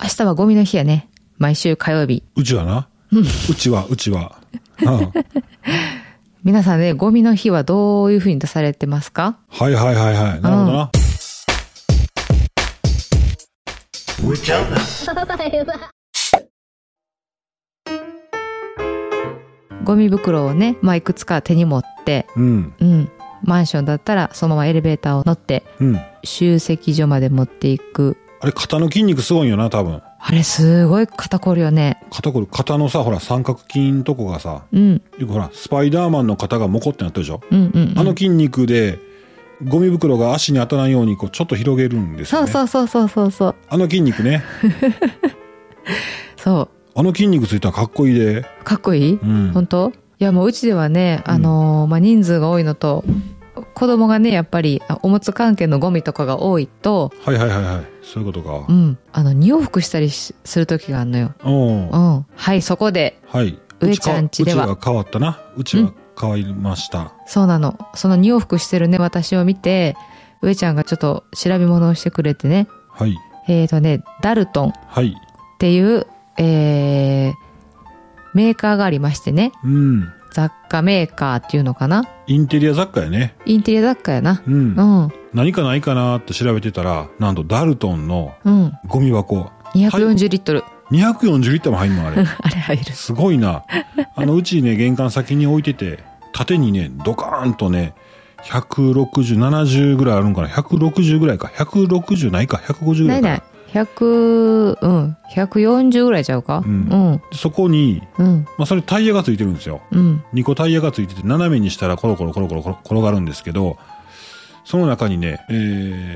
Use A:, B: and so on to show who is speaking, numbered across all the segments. A: 明日はゴミの日やね。毎週火曜日。
B: うちはな。うちは、うちは。うん
A: 皆さんね、ゴミの日はどういうふうに出されてますか
B: はいはいはいはい。なるほどな。
A: ゴミ袋をね、まあ、いくつか手に持って、
B: うん。
A: うん。マンションだったら、そのままエレベーターを乗って、
B: うん。
A: 集積所まで持っていく。
B: あれ、肩の筋肉すごいよな、多分。
A: あれ、すごい肩こるよね。
B: 肩こる、肩のさ、ほら、三角筋んとこがさ、
A: うん。
B: よくほら、スパイダーマンの肩がモコってなってるでしょ。
A: うんうん、うん。
B: あの筋肉で、ゴミ袋が足に当たらないように、こう、ちょっと広げるんです
A: そ
B: よ、
A: う
B: ね。
A: そうそうそうそうそう。
B: あの筋肉ね。
A: そ
B: あの筋肉ついたらかっこいいで。
A: う。かっこいい、
B: うん。
A: 本当いや、もううちではね、あのーまあ、人数が多いのと、子供がね、やっぱり、あおむつ関係のゴミとかが多いと、
B: はいはいはいはい。そういうことか
A: う。ん。あの、二往復したりしする時があるのよ。
B: うん
A: う。ん。はい、そこで、
B: はい。
A: 上ちゃん家では
B: うちが変わったな。うちは変わりました。
A: そうなの。その二往復してるね、私を見て、上ちゃんがちょっと調べ物をしてくれてね。
B: はい。
A: えーとね、ダルトンっ
B: はい。
A: ていう、えー、メーカーがありましてね。
B: うん。
A: 雑貨メーカーっていうのかな
B: インテリア雑貨やね。
A: インテリア雑貨やな。
B: うん。
A: うん。
B: 何かないかなって調べてたら、なんとダルトンの
A: うん。
B: ゴミ箱。
A: 240リットル。
B: 240リットルも入んのあ
A: あ
B: れ。
A: れ入る。
B: すごいな。あの、うちね、玄関先に置いてて、縦にね、ドカーンとね、160、70ぐらいあるんかな。160ぐらいか。160ないか。150
A: な
B: ぐらい
A: い
B: か
A: な
B: な。
A: い。100、うん。140ぐらいちゃうかう
B: う
A: んん。
B: そこに、
A: うん。
B: まあ、それタイヤがついてるんですよ。
A: うん。
B: 2個タイヤがついてて斜めにしたらコロコロコロコロコロ転がるんですけど、その中にね、え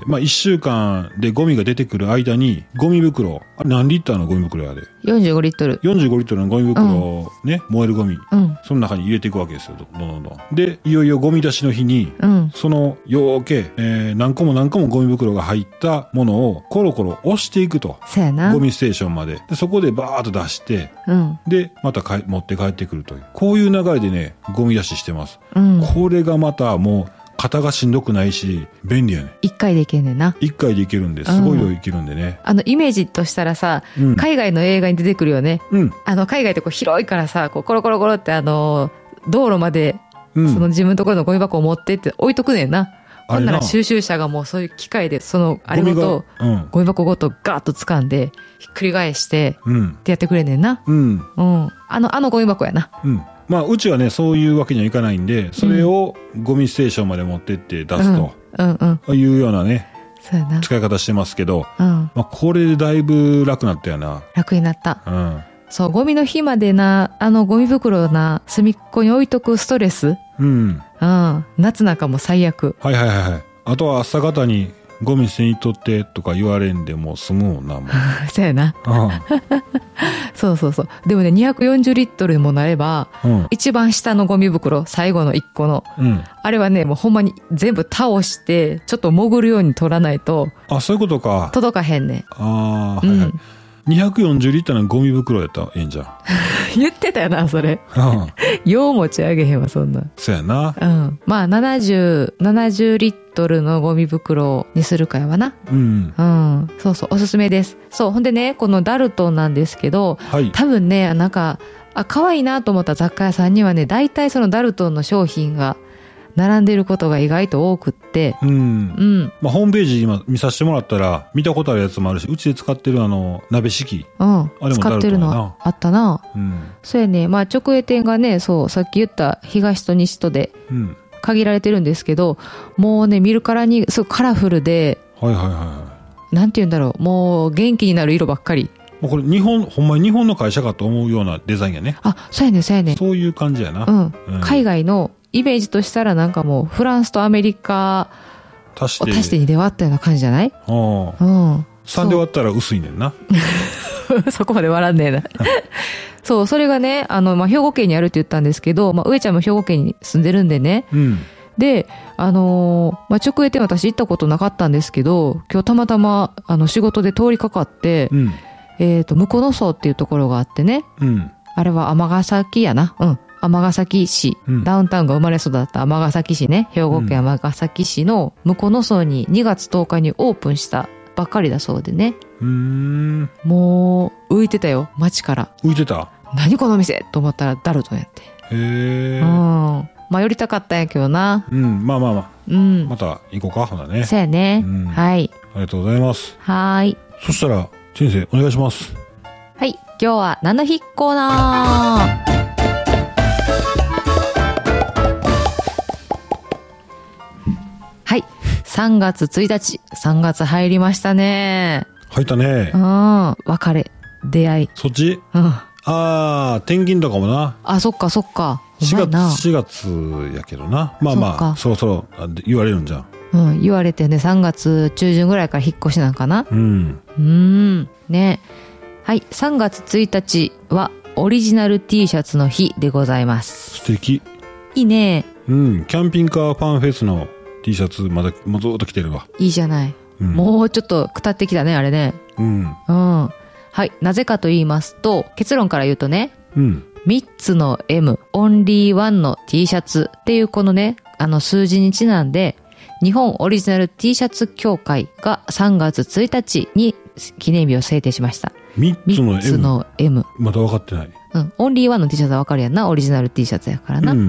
B: ー、まあ、1週間でゴミが出てくる間に、ゴミ袋、あれ何リッターのゴミ袋やで。
A: 45リットル。
B: 45リットルのゴミ袋をね、燃えるゴミ、
A: うん。
B: その中に入れていくわけですよ、どんどんどんどん。で、いよいよゴミ出しの日に、
A: うん。
B: そのようけ、えー何個も何個もゴミ袋が入ったものをコロコロ押していくと。
A: そうやな。
B: ゴミステーションまで。でそこでバーッと出して、
A: うん。
B: で、またかえ持って帰ってくるという。こういう流れでね、ゴミ出ししてます。
A: うん。
B: これがまたもう、型がしんどくないし、便利やね。
A: 一回でいけんねんな。
B: 一回でいけるんで、すごい量いけるんでね。
A: あの、イメージとしたらさ、
B: うん。
A: 海外の映画に出てくるよね。
B: うん。
A: あの、海外ってこう広いからさ、こう、コロコロコロってあの、道路まで、
B: う
A: その
B: ん。
A: 自分のところのゴミ箱を持ってって置いとくねんな。ほ
B: あれ
A: ん
B: な
A: なら収集車がもうそういう機械で、その、あれごと、
B: ゴミが
A: ゴミ箱ごとガーッと掴んで、ひっくり返して、
B: うん。うん
A: っ。てやってくれんねんな。
B: うん。
A: うん。あの、あのゴミ箱やな。
B: うん。まあ、うちはね、そういうわけにはいかないんで、それをゴミステーションまで持ってって出
A: うん。
B: す
A: うん
B: と
A: うん。
B: いうようなね、
A: そうやな。
B: 使い方してますけど、
A: うん。
B: まあ、これでだいぶ楽になったよな。
A: 楽になった。
B: うん。
A: そう、ゴミの日までな、あのゴミ袋をな、隅っこに置いとくストレス。
B: うん。
A: うん。夏なんかも最悪。
B: はいはいはいはい。あとは朝方にゴミ捨てにとってとか言われんでもう済むもんな、 もう。
A: そうやな。そうそうそう。でもね、240リットルもなれば、
B: うん。
A: 一番下のゴミ袋、最後の一個の。
B: うん。
A: あれはね、もうほんまに全部倒して、ちょっと潜るように取らないと、
B: あ、そういうことか。
A: 届かへん ねん。
B: ああ、はいはい。
A: うん
B: 240リットルのゴミ袋やったらええんじ ゃん。
A: 言ってたよな、それ。
B: うん。
A: よう持ち上げへんわ、そんな。
B: そやな。
A: うん。まあ、70、70リットルのゴミ袋にするかやわな。
B: うん。
A: うん。そうそう、おすすめです。そう、ほんでね、このダルトンなんですけど、
B: はい。
A: 多分ね、なんか、あ、可愛いなと思った雑貨屋さんにはね、大体そのダルトンの商品が並んでることが意外と多くって、
B: うん
A: う。ん、
B: まあ、ホームページ今見させてもらったら、見たことあるやつもあるし、うちで使ってるあの、鍋敷。
A: うん
B: あれもダルトンやな、
A: 使ってるのあったな。
B: うん。
A: そうやね、まあ直営店がね、そう、さっき言った東と西とで
B: うん。
A: 限られてるんですけど、もうね、見るからに、すごいカラフルで、
B: はいはいはいは
A: なんて言うんだろう、もう元気になる色ばっかり。
B: い。もうこれ日本、ほんまに日本の会社かと思うようなデザインやね。
A: あ、そうやね、そうやね。
B: そういう感じや
A: う
B: な。
A: ん。海外のイメージとしたらなんかもうフランスとアメリカ
B: 足し
A: を
B: て。
A: 足して2で割ったような感じじゃない
B: うん。
A: うん。
B: 3で割ったら薄いねんな。
A: そこまで笑んねえな。 そう、それがね、あの、まあ、兵庫県にあるって言ったんですけど、まあ、上ちゃんも兵庫県に住んでるんでね。
B: うん。
A: で、あのーまあ、直営店私行ったことなかったんですけど、今日たまたま、あの、仕事で通りかかって、
B: うん。
A: えっ、と、向こうの層っていうところがあってね、
B: うん。
A: あれは尼崎やな。うん。尼崎市、
B: うん
A: ダウンタウンが生まれ育った尼崎市ね、兵庫県尼崎市の向こうの層に2月10日にオープンしたばっかりだそうでね
B: うーん。
A: もう浮いてたよ街から
B: 浮いてた。
A: 何この店と思ったらダルトンやって、
B: へえ。
A: うんまあ寄りたかったんやけどな
B: うん。まあまあま
A: う
B: あ。
A: ん
B: また行こうか、ほなね。
A: そうやね、
B: うん
A: はい
B: ありがとうございます。
A: はーい
B: そしたら、先生、お願いします。
A: はい今日は何の日コーナーはい3月1日3月入りましたね
B: 入ったね
A: う。ん別れ出会い
B: そっち
A: うん
B: あー、転勤とかもな。
A: あそっかそっかうまい
B: 4
A: な
B: 月、4月やけどな。まあまあ、そろそろあで言われるんじゃん。
A: うん、言われてね3月中旬ぐらいから引っ越しなんかな
B: うん。
A: うーんねはい3月1日はオリジナル T シャツの日でございます
B: 素敵。
A: いいね
B: うん。キャンピングカーファンフェスの T シャツ、まだ、もうずっと着てるわ。
A: いいじゃない、
B: うん。
A: もうちょっとくたってきたねあれね
B: うん。
A: うんはいなぜかと言いますと結論から言うとね
B: うん。
A: 3つの M オンリーワンの T シャツっていうこのねあの数字にちなんで日本オリジナル T シャツ協会が3月1日に記念日を制定しました
B: 3つの
A: 3
B: M。
A: つの M
B: まだ分かってない。
A: うん、オンリーワンの T シャツはわかるやんなオリジナル T シャツやからな、
B: う
A: う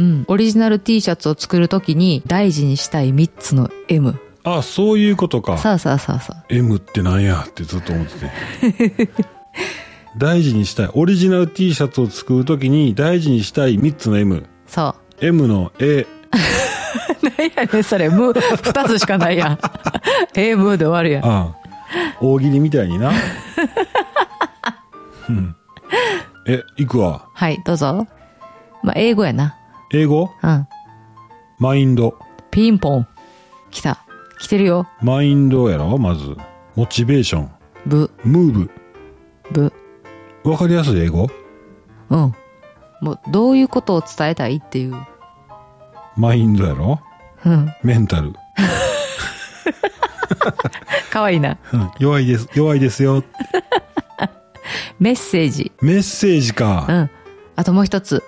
A: ん
B: ん。
A: オリジナル T シャツを作るときに大事にしたい3つの M
B: あ、そういうことか。
A: さあさあさあさあ
B: M ってなんやってずっと思ってて 大事にしたいオリジナル T シャツを作るときに大事にしたい3つの MM
A: そう
B: の A
A: 何やねんそれム2つしかないやん A ムーで終わるやん
B: ああ大喜利みたいにな うんえいくわ
A: はいどうぞまあ英語やな
B: 英語
A: うん
B: マインド
A: ピンポン来た来てるよ
B: マインドやろまずモチベーション
A: ブ
B: ムーブ
A: ブ
B: わかりやすい英語
A: うんもうどういうことを伝えたいっていう
B: マインドやろ
A: うん
B: メンタル
A: かわいいな
B: うん弱いです弱いですよ
A: メッセージ
B: メッセージか
A: うん。あともう一つ。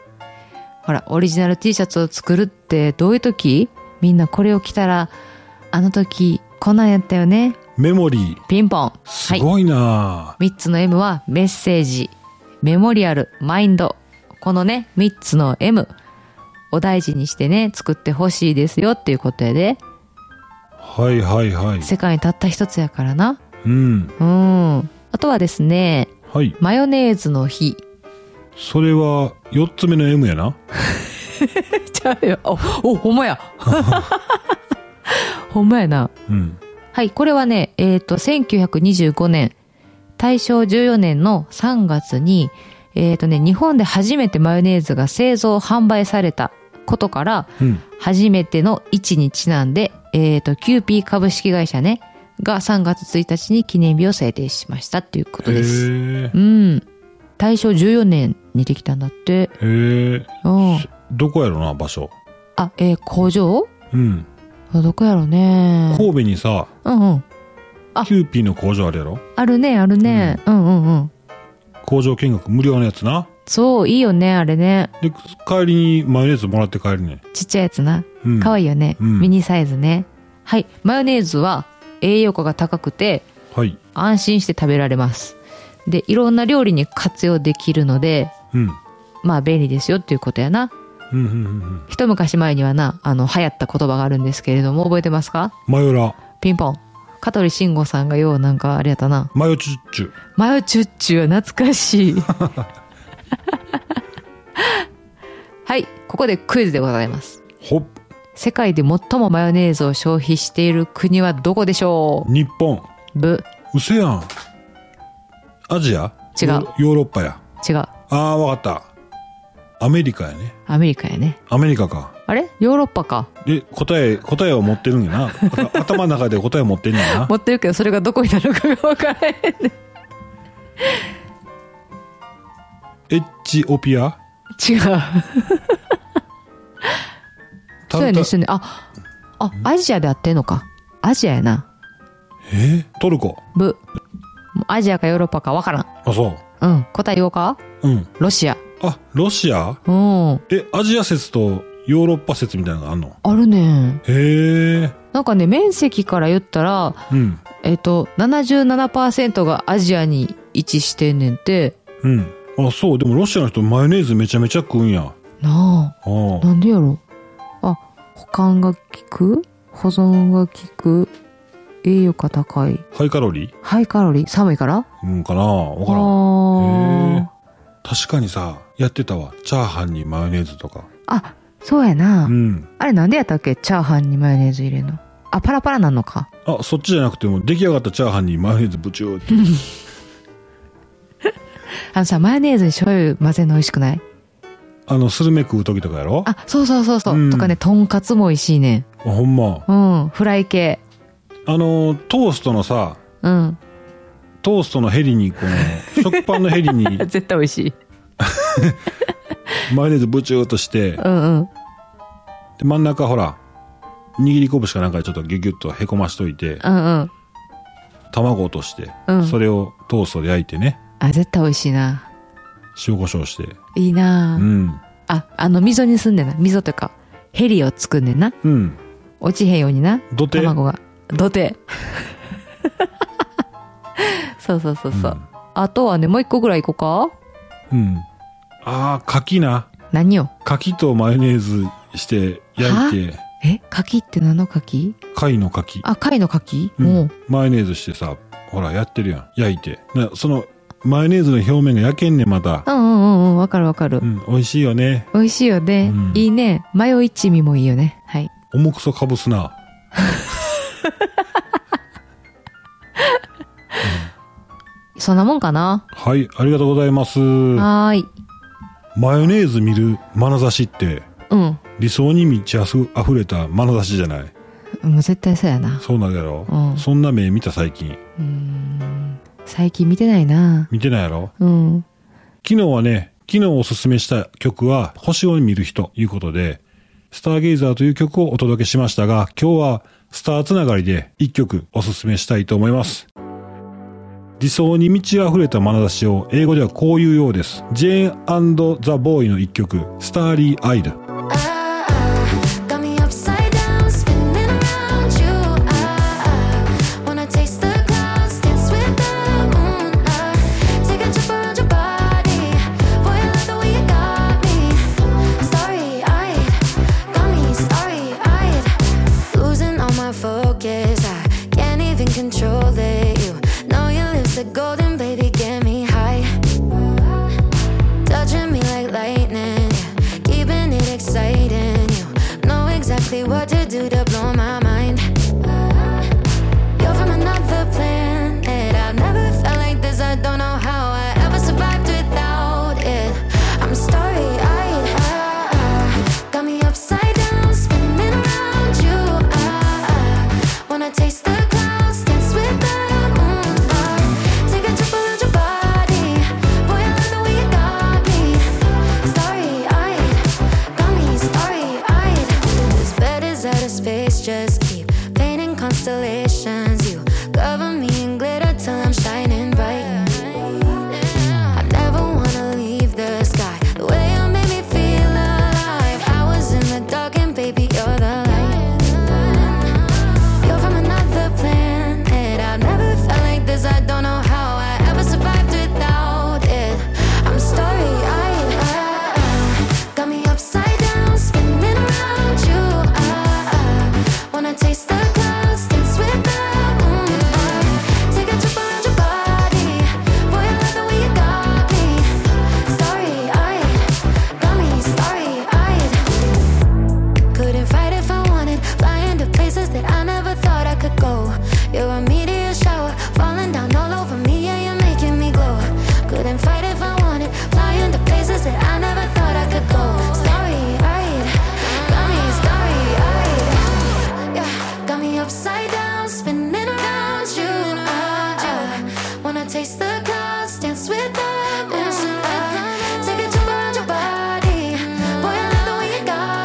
A: ほら、オリジナル T シャツを作るってどういう時みんなこれを着たら、あの時、こんなんやったよね。
B: メモリー
A: ピンポン。
B: す
A: はい。
B: ごいな、
A: 三つの M はメッセージ、メモリアル、マインド。このね、三つの M。お大事にしてね、作ってほしいですよっていうことやで。
B: はいはいはい。
A: 世界にたった一つやからな。
B: うん。
A: うん。あとはですね、
B: はい。
A: マヨネーズの日。
B: それは、四つ目の M やな。
A: ちゃうよ。お、お、ほんまや。 ほんまやな。
B: うん。
A: はい、これはね、えっ、と、1925年、大正14年の3月に、えっ、とね、日本で初めてマヨネーズが製造、販売されたことから、
B: うん。
A: 初めての位置にちなんで、えっ、と、キューピー株式会社ね、が3月1日に記念日を制定しましたということです。
B: へ
A: う
B: え。
A: ん。大正14年にできたんだって。
B: へえ。
A: うん。
B: どこやろな、場所。
A: あ、えー工場
B: うん。
A: あどこやろうね。
B: 神戸にさ、
A: うんうん。あ
B: キューピーの工場あるやろ
A: あるね、あるね。うんうんうん。
B: 工場見学無料のやつな。
A: そう、いいよね、あれね。
B: で、帰りにマヨネーズもらって帰るね。
A: ちっちゃいやつな。
B: うん。
A: かわいいよね、
B: うん
A: ミニサイズね。はい。マヨネーズは栄養価が高くて
B: はい。
A: 安心して食べられます。で、いろんな料理に活用できるので、
B: うん。
A: まあ便利ですよっていうことやな。
B: うんうんうんうん。
A: 一昔前にはな、あの、流行った言葉があるんですけれども、覚えてますか
B: マヨラ、
A: ピンポン。香取慎吾さんがようなんかあれやったな。
B: マヨチュッチュ。
A: マヨチュッチュは懐かしい。 はい。ここでクイズでございます。
B: ほっ、
A: 世界で最もマヨネーズを消費している国はどこでしょ
B: 日本。
A: うぶ、
B: うせやん。アジア
A: 違う
B: ヨヨーロッパや。
A: 違う。
B: ああ、わかった。アメリカやね。
A: アメリカやね。
B: アメリカか。
A: あれヨーロッパか。
B: で、答え、答えを持ってるんやな。頭頭の中で答えを持ってんねんな。
A: 持ってるけど、それがどこになるかが分からへんね。
B: エッチオピア
A: 違う。
B: タ
A: そうやね、
B: ルタ
A: そうやね。あ、あ、アジアであってんのか。アジアやな。
B: えトルコ。
A: ぶ。もうアジアかヨーロッパか分からん。
B: あ、そ
A: うん。答え言おうか
B: う。うん。
A: ロシア。
B: あ、ロシア
A: うん。
B: え、アジア説とヨーロッパ説みたいなのがあんの
A: あるねん。
B: へえ。
A: なんかね、面積から言ったら、
B: うん。
A: えっと、77%がアジアに位置してんねんて。
B: うん。あ、そう。でもロシアの人マヨネーズめちゃめちゃ食うんや。あ
A: な
B: あ。うん
A: あ、なんでやろ。あ、保管が効く保存が効く栄養価高い。
B: ハイカロリ
A: ハイカロリー寒いから
B: ーうんかなわ
A: あ
B: からん。へ
A: ー
B: え確かにさ、やってたわ。チャーハンにマヨネーズとか。
A: あ、そうやな。
B: うん。
A: あれなんでやったっけチャーハンにマヨネーズ入れるの。あ、パラパラなんのか。
B: あ、そっちじゃなくても、出来上がったチャーハンにマヨネーズぶちゅーって。
A: あのさ、マヨネーズに醤油混ぜるの美味しくない
B: あの、スルメ食う時とかやろあ
A: あ、そうそうそうそう。
B: うん
A: とかね、とんかつも美味しいね。
B: ほんま。
A: うん、フライ系。
B: あの、トーストのさ、
A: うん。
B: トーストのヘリに、この、食パンのヘリに
A: 絶対美味しい。
B: マヨネーズぶちゅーっとして、
A: うんうん。
B: で真ん中ほら、握り拳かなんかでちょっとギュギュッとへこましといて、
A: うんうん。
B: 卵落として、
A: うん
B: それをトーストで焼いてね、
A: あ、絶対美味しいな。
B: 塩コショウして。
A: いいな、
B: うん。
A: あ、あの、溝に住んでんな。溝というか、ヘリを作んねんな。
B: うん。
A: 落ちへんようにな。
B: 土手。
A: 卵が。土手。 そうそうそうそう。
B: うん
A: あとはね、もう一個ぐらい行こう
B: うん。ああ、柿な。
A: か何を
B: 柿とマヨネーズして焼いて、
A: え柿って何の柿
B: 貝の柿。
A: あ、貝の柿、
B: う
A: も
B: ん
A: う。。
B: マヨネーズしてさ、ほら、やってるやん。焼いて。なその、マヨネーズの表面が焼けんねん、また。
A: うんうんうんうん、わかるわかる。
B: うん、美味しいよね。
A: 美味しいよね。
B: うん
A: いいね。マヨ一味もいいよね。はい。
B: 重くそかぶすな。
A: そんなもんかな。
B: はい、ありがとうございます。マ
A: はーい。
B: ヨネーズ見る眼差しって、
A: うん。
B: 理想に満ち溢れた眼差しじゃない。
A: もう絶対そうやな。
B: そうなんやろ、
A: うん
B: そんな目見た最近。
A: うーん。最近見てないな。
B: 見てないやろ
A: うん。
B: 昨日はね、昨日おすすめした曲は、星を見る日ということで、スターゲイザーという曲をお届けしましたが、今日はスターつながりで一曲おすすめしたいと思います。理想に満ち溢れた眼差しを英語ではこういうようです。ジェーンザ・ボーイの一曲、スターリー・アイド。
C: Ah, ah, got me upside down, spinning around you. Ah, ah, wanna taste the clouds, dance with the moon. Ah, take a trip around your body, boy I love the way you got me. Starry-eyed, got me starry-eyed, losing all my focus. I can't even control it. You know your lips are golden, baby, get me high. Touching me like lightning, yeah. keeping it exciting. You know exactly what to do to blow my mind. You're from another planet. I've never felt like this. I don't know how I ever survived without it. I'm starry eyed. Ah, ah. Got me upside down, spinning around you. Ah, ah. Wanna taste the clouds, dance with the moon. Ah, take a trip around your body. Boy, I love the way you got me. Starry eyed. Got me starry eyed. This bed is out of space. Just keep painting constellations. You cover me in glitter till I'm shining bright. I never wanna leave the sky. The way you made me feel alive. I was in the dark and baby, you're the light. You're from another planet. I've never felt like this. I don't know how I ever survived without it. I'm starry eyed. Got me upside down, spinning around you. Ah, ah. Wanna taste the clouds, dance with the moon. Ah, take a trip around your body. Boy, I love the way you got me. Starry eyed. Got me starry eyed. Couldn't fight if I wanted. Flying to places that I never thought I could go. You're a meteor shower falling down all Uh, Uh,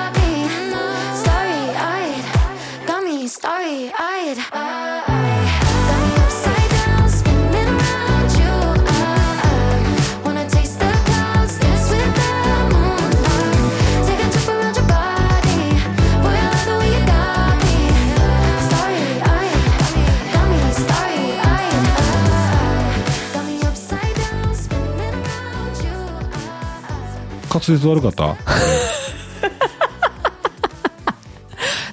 B: 滑舌悪 かった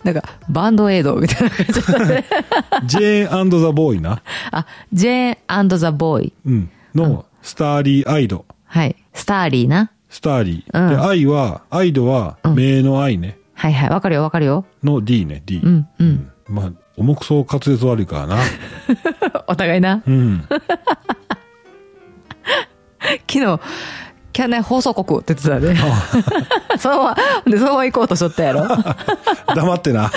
A: なんか、バンドエイドみたいな感じ。
B: ジェーンザ・ボーイな。
A: あ、ジェーンザ・ボーイ。
B: うん。の、スターリー・アイド。
A: はい。スターリーな。
B: スターリー。
A: うん
B: で、アイは、アイドは、名の愛ね。
A: はいはい。わかるよわかるよ。
B: の D ね、D。
A: うんうん
B: まあ、重くそう滑舌悪いからな。
A: お互いな。
B: うん。
A: 昨日、キャンナイ放送国って言ってたね。 そのまま、で、そのまま行こうとしとったや ろ。
B: 黙ってな。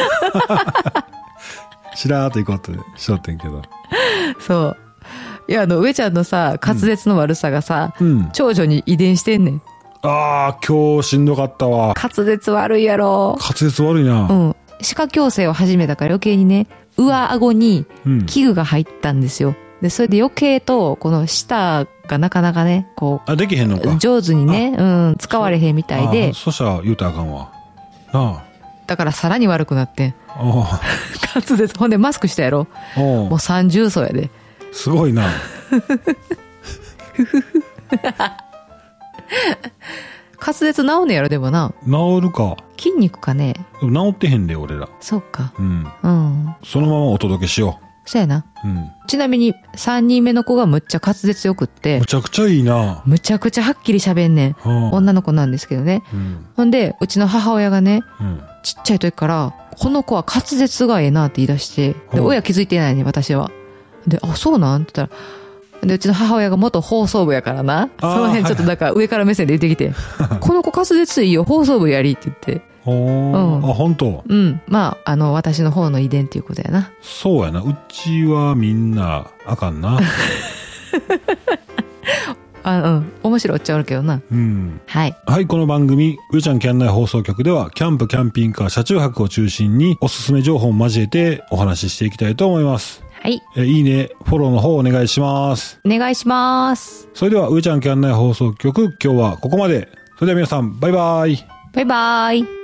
B: しらーっと行こうってしとってんけど。
A: そう。いや、あの、上ちゃんのさ、滑舌の悪さがさ、
B: うん
A: 長女に遺伝してんねん。
B: ああ、今日しんどかったわ。
A: 滑舌悪いやろ。
B: 滑舌悪いうな。
A: ん。歯科矯正を始めたから余計にね、上顎に
B: うん
A: 器具が入ったんですよ。で、それで余計と、この舌がなかなかね、こ
B: あ、できへんのか
A: う、。上手にね、うん、使われへんみたい
B: あ
A: で
B: ー、そしたら言うたらあかんわ。な
A: だからさらに悪くなってん。
B: あ。 あ
A: 滑舌。ほんでマスクしたやろ。
B: あ。お
A: もう
B: う
A: 30層やで。
B: すごいな。
A: 滑舌治んねやろ、でもな。
B: 治るか。
A: 筋肉かね。
B: でも治ってへんで、俺ら。
A: そうか。
B: うん。
A: うん。
B: そのままお届けしよ
A: そうやな。
B: う。うん。
A: ちなみに、3人目の子がむっちゃ滑舌よくって
B: む、ちゃくちゃいいな。
A: むちゃくちゃはっきり喋んねん。
B: うん
A: 女の子なんですけどね。
B: うん。
A: ほんで、うちの母親がね、
B: うん。
A: ちっちゃい時から、この子は滑舌がええなって言い出して、で、
B: うん
A: 親気づいてないね、私は。で、あ、そうなんって言ったら、で、うちの母親が元放送部やからな。そ
B: あー
A: の辺ちょっとだから上から目線で言って きて、この子滑舌いいよ、放送部やりって言って。
B: おー
A: うん
B: あ、本当。
A: うん。まあ、あの、私の方の遺伝っていうことやな。
B: そうやな。うちはみんな、あかんな。
A: あ、うん。面白いっちゃおるけどな。
B: うん。
A: はい。
B: はい、この番組、うーちゃんキャン内放送局では、キャンプ、キャンピングカー、車中泊を中心に、おすすめ情報を交えてお話ししていきたいと思います。
A: はい。
B: えいいね、フォローの方お願いします。
A: お願いします。
B: それでは、うーちゃんキャン内放送局、今日はここまで。それでは皆さん、バイバイ。
A: バイバイ。